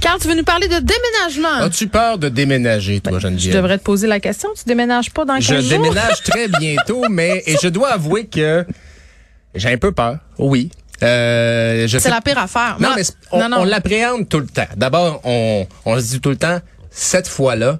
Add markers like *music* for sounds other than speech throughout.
Carl, tu veux nous parler de déménagement? As-tu peur de déménager, toi, Ben, Je Geneviève? devrais te poser la question. Tu déménages pas dans Je 15 jours? déménage très bientôt, *laughs* mais et je dois avouer que j'ai un peu peur. Oui. Euh, je sais- C'est la pire affaire. Non, Moi- mais c'est- on, non, non. on l'appréhende tout le temps. D'abord, on, on se dit tout le temps, cette fois-là,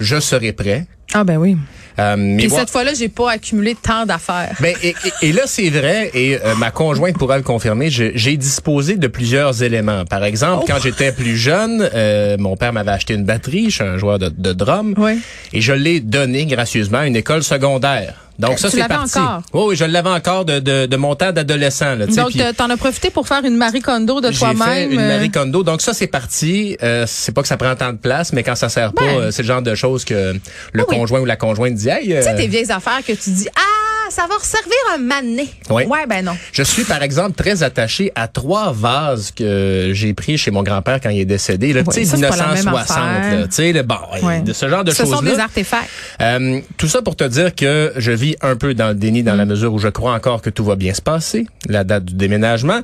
je serai prêt. Ah ben oui. Euh, mais Et voir- cette fois-là, j'ai pas accumulé tant d'affaires. Ben, et, et- et là, c'est vrai, et euh, ma conjointe pourra le confirmer, je- j'ai disposé de plusieurs éléments. Par Oh. exemple, quand j'étais plus jeune, euh, mon père m'avait acheté une batterie, je suis un joueur de, de drum, Oui. et je l'ai donnée gracieusement à une école secondaire. Donc Euh, ça, tu c'est l'avais parti. encore? Oui, oui, je l'avais encore de, de, de mon temps d'adolescent. là, tu sais, Donc, puis- t'as- t'en as profité pour faire une Marie Kondo de j'ai fait toi-même. une euh, Marie Kondo. Donc ça, c'est parti. Euh, c'est pas que ça prend tant de place, mais quand ça sert pas, Ben. euh, c'est le genre de choses que le Ah oui. conjoint ou la conjointe dit. Hey, euh, Tu sais, tes vieilles affaires que tu dis, ah, ça va resservir un mané. Oui. Ouais, ben non. je suis, par exemple, très attaché à trois vases que j'ai pris chez mon grand-père quand il est décédé. Le Oui, petit ça, c'est pas la même 1960, affaire. là, tu sais, le bon, Ouais. de ce genre de Ce choses-là. sont des artefacts. Euh, tout ça pour te dire que je vis un peu dans le déni dans la Mm. mesure où je crois encore que tout va bien se passer, la date *laughs* du déménagement.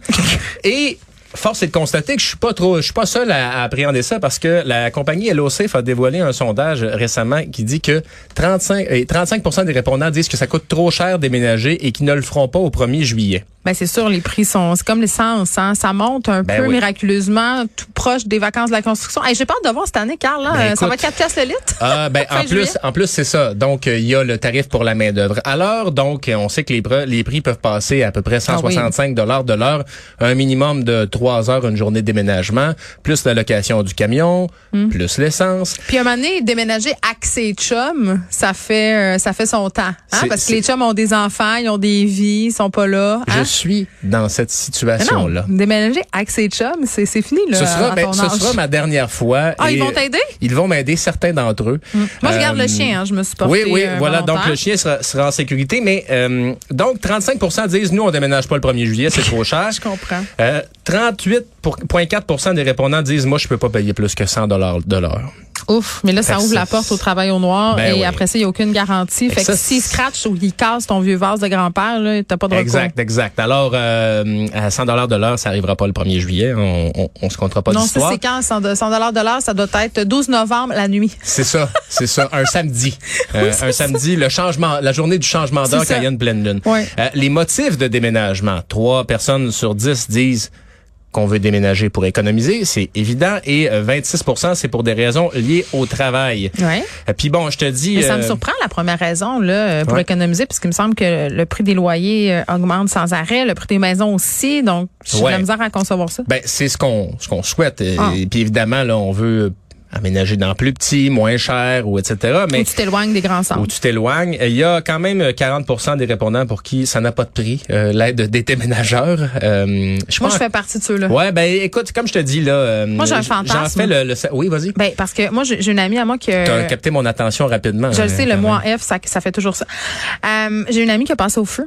Et force est de constater que je suis pas trop, je suis pas seul à, à appréhender ça parce que la compagnie LOCF a dévoilé un sondage récemment qui dit que 35, et 35 des répondants disent que ça coûte trop cher déménager et qu'ils ne le feront pas au 1er juillet. Ben c'est sûr, les prix sont, c'est comme l'essence, hein, ça monte un Ben peu oui. miraculeusement, tout proche des vacances de la construction. Hey, j'ai peur de voir cette année, Carl, là, Ben, euh, ça écoute. va être 4 piastres le litre. *laughs* Ah ben Fin en juillet. plus en plus c'est ça. Donc euh, il y a le tarif pour la main d'œuvre. À l'heure donc euh, on sait que les, pre- les prix peuvent passer à peu près Ah oui. 165 dollars de l'heure, un minimum de trois heures une journée de déménagement, plus la location du camion, Hmm. plus l'essence. Puis un moment donné, déménager avec ses chums, ça fait, euh, ça fait son temps. Hein, C'est- parce que c'est- les chums ont des enfants, ils ont des vies, ils sont pas là. hein. Je suis dans cette Mais non, situation là. déménager avec ses chums, c'est, c'est fini, là, Ce à sera, ben, ton ce âge. sera ma dernière fois. Ah, ils et euh, vont t'aider? Hmm. Ils vont m'aider, certains d'entre eux. Moi, je garde Euh, le chien, hein, je me suis portée, Oui, oui, euh, voilà. Donc, volontaire. le chien sera, sera en sécurité. Mais euh, donc, 35 disent, nous, on déménage pas le 1er juillet, c'est trop cher. *laughs* Je comprends. Euh, 38,4 des répondants disent, moi, je peux pas payer plus que 100 de l'heure. Ouf, mais là, ça Fait que ouvre ça, la porte au travail au noir Ben et oui. après ça, il n'y a aucune garantie. Fait, Fait que que ça, s'il c'est- scratch ou il casse ton vieux vase de grand-père, là, t'as pas de recours. Exact, exact. Alors, euh, à 100 de l'heure, ça arrivera pas le 1er juillet. On, on, on se comptera pas Non, ça, d'histoire. c'est quand? 100 de- 100 de l'heure, ça doit être 12 novembre la nuit. C'est ça, c'est ça, *laughs* un samedi. Euh, un samedi, le changement, la journée du changement d'heure C'est ça. quand il y a une pleine lune. Ouais. Euh, les motifs de déménagement, trois personnes sur dix disent qu'on veut déménager pour économiser, c'est évident, et euh, 26 c'est pour des raisons liées au travail. Ouais. Euh, Puis bon, je te dis... Mais ça me euh, surprend la première raison là euh, pour Ouais. économiser puisqu'il me semble que le prix des loyers euh, augmente sans arrêt, le prix des maisons aussi, donc j'ai de la Ouais. misère à concevoir ça. Ben, c'est ce qu'on ce qu'on souhaite. Et- Ah. Et puis évidemment, là, on veut aménager dans plus petit, moins cher, ou etc. Mais Ou tu t'éloignes des grands où centres. tu t'éloignes. Il y a quand même 40 des répondants pour qui ça n'a pas de prix, euh, l'aide des déménageurs. Euh, je Moi, pense- je fais partie de ceux-là. Ouais, ben écoute, comme je te dis là, euh, Moi, j'ai un j- fantasme. J'en fais le, le- oui, vas-y. Ben, parce que moi, j'ai j'ai une amie à moi qui euh, a- T'as capté mon attention rapidement. Je euh, le sais, quand le même. mois F, ça, ça fait toujours ça. Euh, J'ai une amie qui a passé au feu.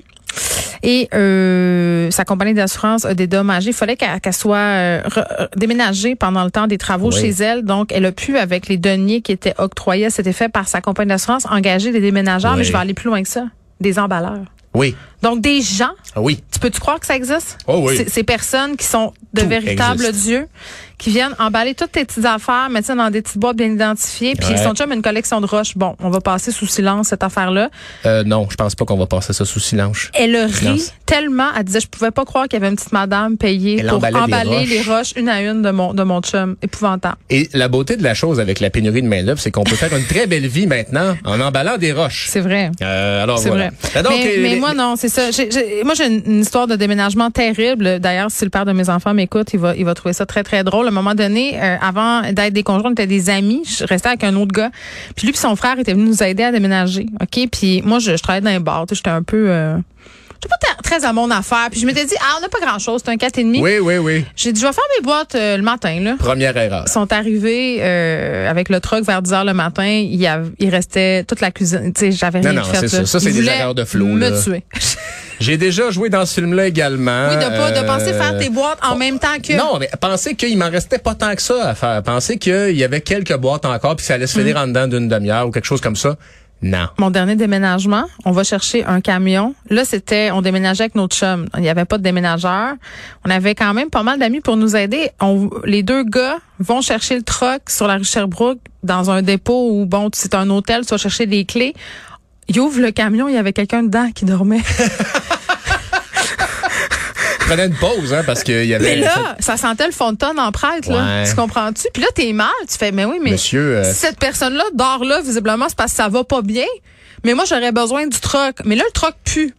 Et euh, sa compagnie d'assurance a dédommagé. Il fallait qu'elle qu'elle soit euh, re- déménagée pendant le temps des travaux Oui. chez elle. Donc, elle a pu, avec les deniers qui étaient octroyés à cet effet par sa compagnie d'assurance, engager des déménageurs. Oui. Mais je vais aller plus loin que ça. Des emballeurs. Oui, Donc, des gens, Ah oui. tu peux-tu croire que ça existe? Oh oui. Ces- Ces personnes qui sont de Tout véritables existe. dieux, qui viennent emballer toutes tes petites affaires, mettre ça dans des petites boîtes bien identifiées, puis Ouais. ils sont déjà une collection de roches. Bon, on va passer sous silence cette affaire-là. Euh, non, je pense pas qu'on va passer ça sous silence. Elle rit Silence. tellement, elle disait, je pouvais pas croire qu'il y avait une petite madame payée Elle pour emballait des emballer roches. les roches une à une de mon, de mon chum. Épouvantable. Et la beauté de la chose avec la pénurie de main d'œuvre, c'est qu'on peut faire une très belle vie maintenant en emballant des roches. C'est vrai. Euh, alors C'est voilà. vrai. Ben donc, mais, euh, mais les- moi, non, c'est ça. J'ai- j'ai- moi, j'ai une, une histoire de déménagement terrible. D'ailleurs, si le père de mes enfants m'écoute, il va, il va trouver ça très, très drôle. À un moment donné, euh, avant d'être des conjoints, on était des amis. Je restais avec un autre gars. Puis lui puis son frère étaient venus nous aider à déménager. OK? Puis moi, je, je travaillais dans un bar. Tu sais, J'étais un peu... Euh, j'étais pas ta- très à mon affaire. Puis je m'étais dit, ah, on n'a pas grand-chose. C'est un 4,5. Oui, oui, oui. J'ai dit, je vais faire mes boîtes euh, le matin, là Première erreur. sont arrivés euh, avec le truck vers 10 heures le matin. Il, y avait- il restait toute la cuisine. Tu sais, j'avais Non, rien non, fait. c'est là. ça. Ça, c'est Ils des voulaient erreurs de flow, Me là. tuer. *laughs* J'ai déjà joué dans ce film-là également. oui, de pas de Euh, penser faire tes boîtes en même temps que. Non, mais pensez qu'il m'en restait pas tant que Mm. ça à faire. Pensez qu'il y avait quelques boîtes encore, puis que ça allait se finir en dedans d'une demi-heure ou quelque chose comme ça. Non. Mon dernier déménagement, on va chercher un camion. Là, c'était, on déménageait avec notre chum. Il n'y avait pas de déménageur. On avait quand même pas mal d'amis pour nous aider. On- les deux gars vont chercher le truck sur la rue Sherbrooke dans un dépôt où, bon, c'est un hôtel, tu vas chercher des clés. Ils ouvrent le camion, il y avait quelqu'un dedans qui dormait. Prenez une pause, hein, parce qu'il y Mais avait. là, ça sentait le fond de tonne en prête, là. Ouais. Tu comprends-tu? Puis là, t'es mal. Tu fais, mais oui, mais Monsieur, euh, si cette personne-là dort là, visiblement, c'est parce que ça va pas bien. Mais moi, j'aurais besoin du troc. Mais là, le troc pue.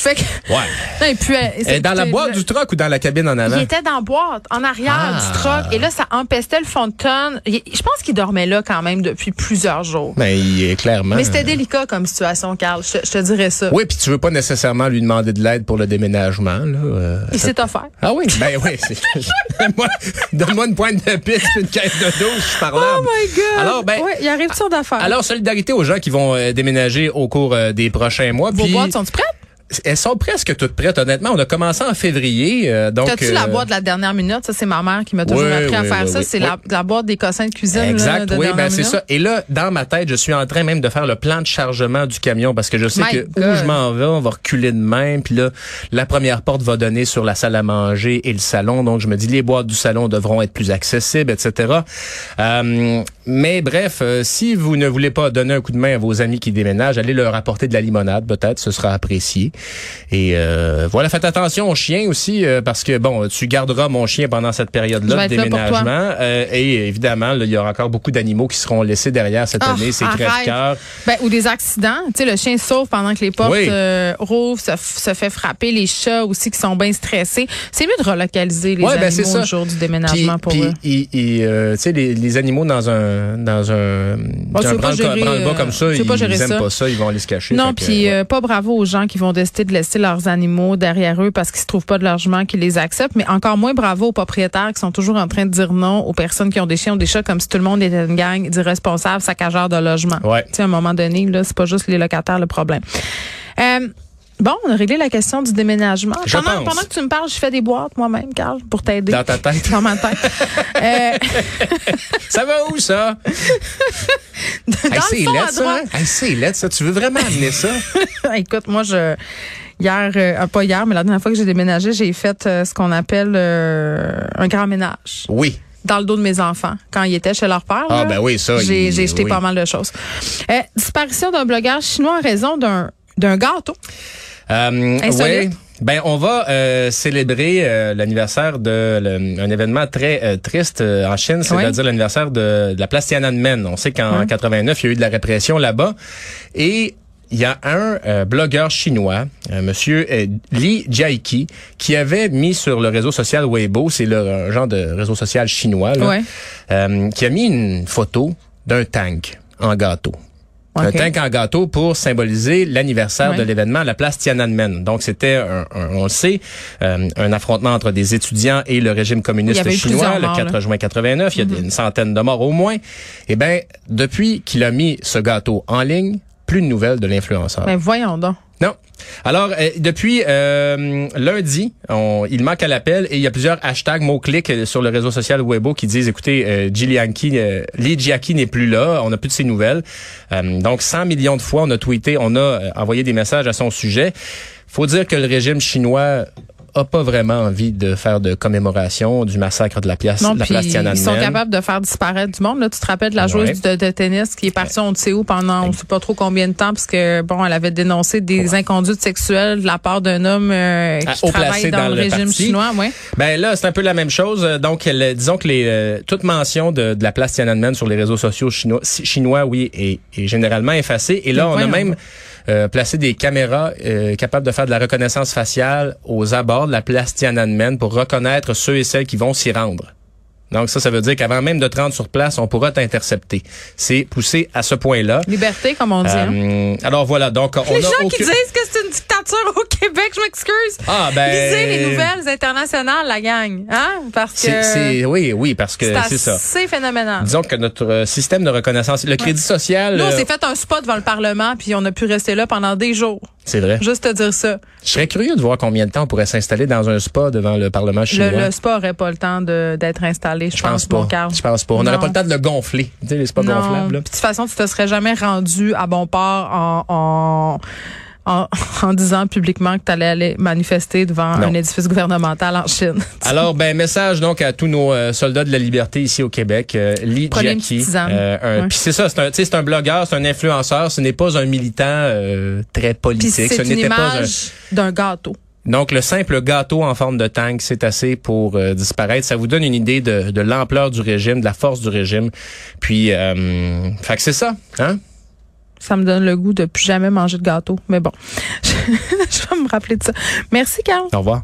Fait que, *laughs* Ouais. non, il puait. Et dans la C'était- boîte du truck ou dans la cabine en Il avant? était dans la boîte, en arrière Ah. du troc. Et là, ça empestait le fond de tonne. Il- Je pense qu'il dormait là quand même depuis plusieurs jours. Mais Ben, il est clairement. Mais c'était délicat comme situation, Carl. Je te- je te dirais ça. Oui, puis tu veux pas nécessairement lui demander de l'aide pour le déménagement, là. euh. Il s'est offert. Ah oui? Ben oui. c'est- *laughs* Moi, Donne-moi une pointe de piste puis une caisse de douche, je suis Oh parlable. my God! Alors, ben, Ouais, il arrive sur d'affaires. alors, solidarité aux gens qui vont euh, déménager au cours euh, des prochains mois. Vos puis- boîtes sont-tu prêtes? Elles sont presque toutes prêtes, honnêtement. On a commencé en février, euh, donc... T'as-tu la euh, boîte de la dernière minute? Ça, c'est ma mère qui m'a toujours Oui, appris à oui, faire oui, ça. oui. c'est la, la boîte des cossins de cuisine. là, Exact, de oui, dernière ben c'est minute. ça. Et là, dans ma tête, je suis en train même de faire le plan de chargement du camion parce que je sais My que God. où je m'en vais, on va reculer de même. Puis là, la première porte va donner sur la salle à manger et le salon. Donc, je me dis, les boîtes du salon devront être plus accessibles, etc. Euh, mais bref, euh, si vous ne voulez pas donner un coup de main à vos amis qui déménagent, allez leur apporter de la limonade, peut-être, ce sera apprécié. Et euh, voilà, faites attention aux chiens aussi euh, parce que, bon, tu garderas mon chien pendant cette Je période-là vais de être là pour toi. déménagement. Euh, et évidemment, là, il y aura encore beaucoup d'animaux qui seront laissés derrière cette Ah, année, ces arrête. crève-cœurs. Ben, ou des accidents. Tu sais, le chien sauve pendant que les portes Oui. euh, rouvrent, se, f- se fait frapper. Les chats aussi qui sont bien stressés. C'est mieux de relocaliser les Ouais, ben, c'est animaux ça. le jour du Puis, déménagement pour puis, eux. ils- ils, euh, tu sais, les, les animaux dans un dans un tu dans veux un pas branle- gérer, branle-bas euh, comme ça, tu veux ils, pas gérer ils aiment ça. pas ça, ils vont aller se cacher. Non, Fait que, puis ouais. euh, pas bravo aux gens qui vont décider de laisser leurs animaux derrière eux parce qu'ils se trouvent pas de logement qui les accepte, mais encore moins bravo aux propriétaires qui sont toujours en train de dire non aux personnes qui ont des chiens ou des chats comme si tout le monde était une gang d'irresponsables saccageurs de logement. Ouais. Tu sais, à un moment donné, là, c'est pas juste les locataires le problème. Euh, Bon, on a réglé la question du déménagement. Je pendant, pense. pendant que tu me parles, je fais des boîtes moi-même, Carl, pour t'aider. Dans ta tête. Dans ma tête. *laughs* Euh, ça va où ça *laughs* dans Hey, c'est le fond, laid, à droite. ça. hein? Hey, c'est laid, ça. Tu veux vraiment amener ça *laughs* Écoute, moi, je hier, euh, pas hier, mais la dernière fois que j'ai déménagé, j'ai fait euh, ce qu'on appelle euh, un grand ménage Oui. dans le dos de mes enfants quand ils étaient chez leur père. Ah, là, ben oui, ça, J'ai il- j'ai jeté oui. pas mal de choses. Euh, disparition d'un blogueur chinois en raison d'un d'un gâteau. Euh, Insolite. ouais. Ben, on va euh, célébrer euh, l'anniversaire de le- un événement très euh, triste euh, en Chine, c'est-à-dire l'anniversaire de, de la place Tiananmen. On sait Hum. qu'en 89, il y a eu de la répression là-bas. Et il y a un euh, blogueur chinois, un monsieur euh, Li Jiaqi, qui avait mis sur le réseau social Weibo, c'est le un genre de réseau social chinois, là, Ouais. euh, qui a mis une photo d'un tank en gâteau. Un Ok. tank en gâteau pour symboliser l'anniversaire Ouais. de l'événement à la place Tiananmen. Donc, c'était, un, un- on le sait, euh, un affrontement entre des étudiants et le régime Il y communiste avait eu chinois plusieurs morts, Mm-hmm. le 4 juin 89. Il y a des- une centaine de morts au moins. Eh bien, depuis qu'il a mis ce gâteau en ligne, plus de nouvelles de l'influenceur. Ben voyons donc. Non. Alors, euh, depuis euh, lundi, on- il manque à l'appel et il y a plusieurs hashtags, mots-clics euh, sur le réseau social Weibo qui disent, écoutez, euh, Jianqi, euh, Li Jiaqi n'est plus là, on n'a plus de ses nouvelles. Euh, donc, 100 millions de fois, on a tweeté, on a euh, envoyé des messages à son sujet. faut dire que le régime chinois a pas vraiment envie de faire de commémoration du massacre de la place, Non, la puis place Tiananmen. Ah ils sont capables de faire disparaître du monde. Là, tu te rappelles de la joueuse Ouais. de, de tennis qui est partie on ne sait où pendant on ne sait pas trop combien de temps parce que bon, elle avait dénoncé des inconduites sexuelles de la part d'un homme euh, Ah, qui haut travaille placé dans, dans le, le régime parti. chinois. Ouais. Ben là, c'est un peu la même chose. Euh, Donc, le- disons que les, euh, toute mention de, de la place Tiananmen sur les réseaux sociaux chinois, si- chinois oui, est, est généralement effacée. Et là, Mais on a voyons même donc. euh, placé des caméras euh, capables de faire de la reconnaissance faciale aux abords de la place Tiananmen pour reconnaître ceux et celles qui vont s'y rendre. Donc ça, ça veut dire qu'avant même de te rendre sur place, on pourra t'intercepter. C'est poussé à ce point-là. Liberté, comme on dit. hein. Euh, alors voilà, donc on Les a gens qui aucune- disent que c'est une dictature au Québec, je m'excuse. Ah, ben- Lisez les nouvelles internationales, la gang, hein, parce que C'est- c'est- oui, oui, parce que c'est c'est ça. assez phénoménal. Disons que notre euh, système de reconnaissance, le crédit social, Nous, on euh, s'est fait un spot devant le Parlement, puis on a pu rester là pendant des jours. c'est vrai. Juste te dire ça. Je serais curieux de voir combien de temps on pourrait s'installer dans un spa devant le Parlement Le, chinois. le spa aurait pas le temps de- d'être installé. aller, je, Je pense mon pas. Carl. Je pense pas. On Non. n'aurait pas le temps de le gonfler. Tu sais, c'est pas Non. gonflable. là. Puis De toute façon, tu te serais jamais rendu à bon port en, en, en, *laughs* en disant publiquement que tu allais aller manifester devant Non. un édifice gouvernemental en Chine. Alors, ben, message donc à tous nos euh, soldats de la liberté ici au Québec. Euh, Lee Prenez une Jackie. euh, petite tisane. un- Ouais. Puis c'est ça, c'est un, tu sais, c'est un blogueur, c'est un influenceur, ce n'est pas un militant euh, très Puis politique. c'est ce une n'était pas un- image d'un gâteau. Donc, le simple gâteau en forme de tank, c'est assez pour euh, disparaître. Ça vous donne une idée de, de l'ampleur du régime, de la force du régime. Puis, euh, fait que c'est ça. Hein? Ça me donne le *laughs* goût de plus jamais manger de gâteau. Mais bon, je vais me rappeler de ça. Merci, Carl. Au revoir.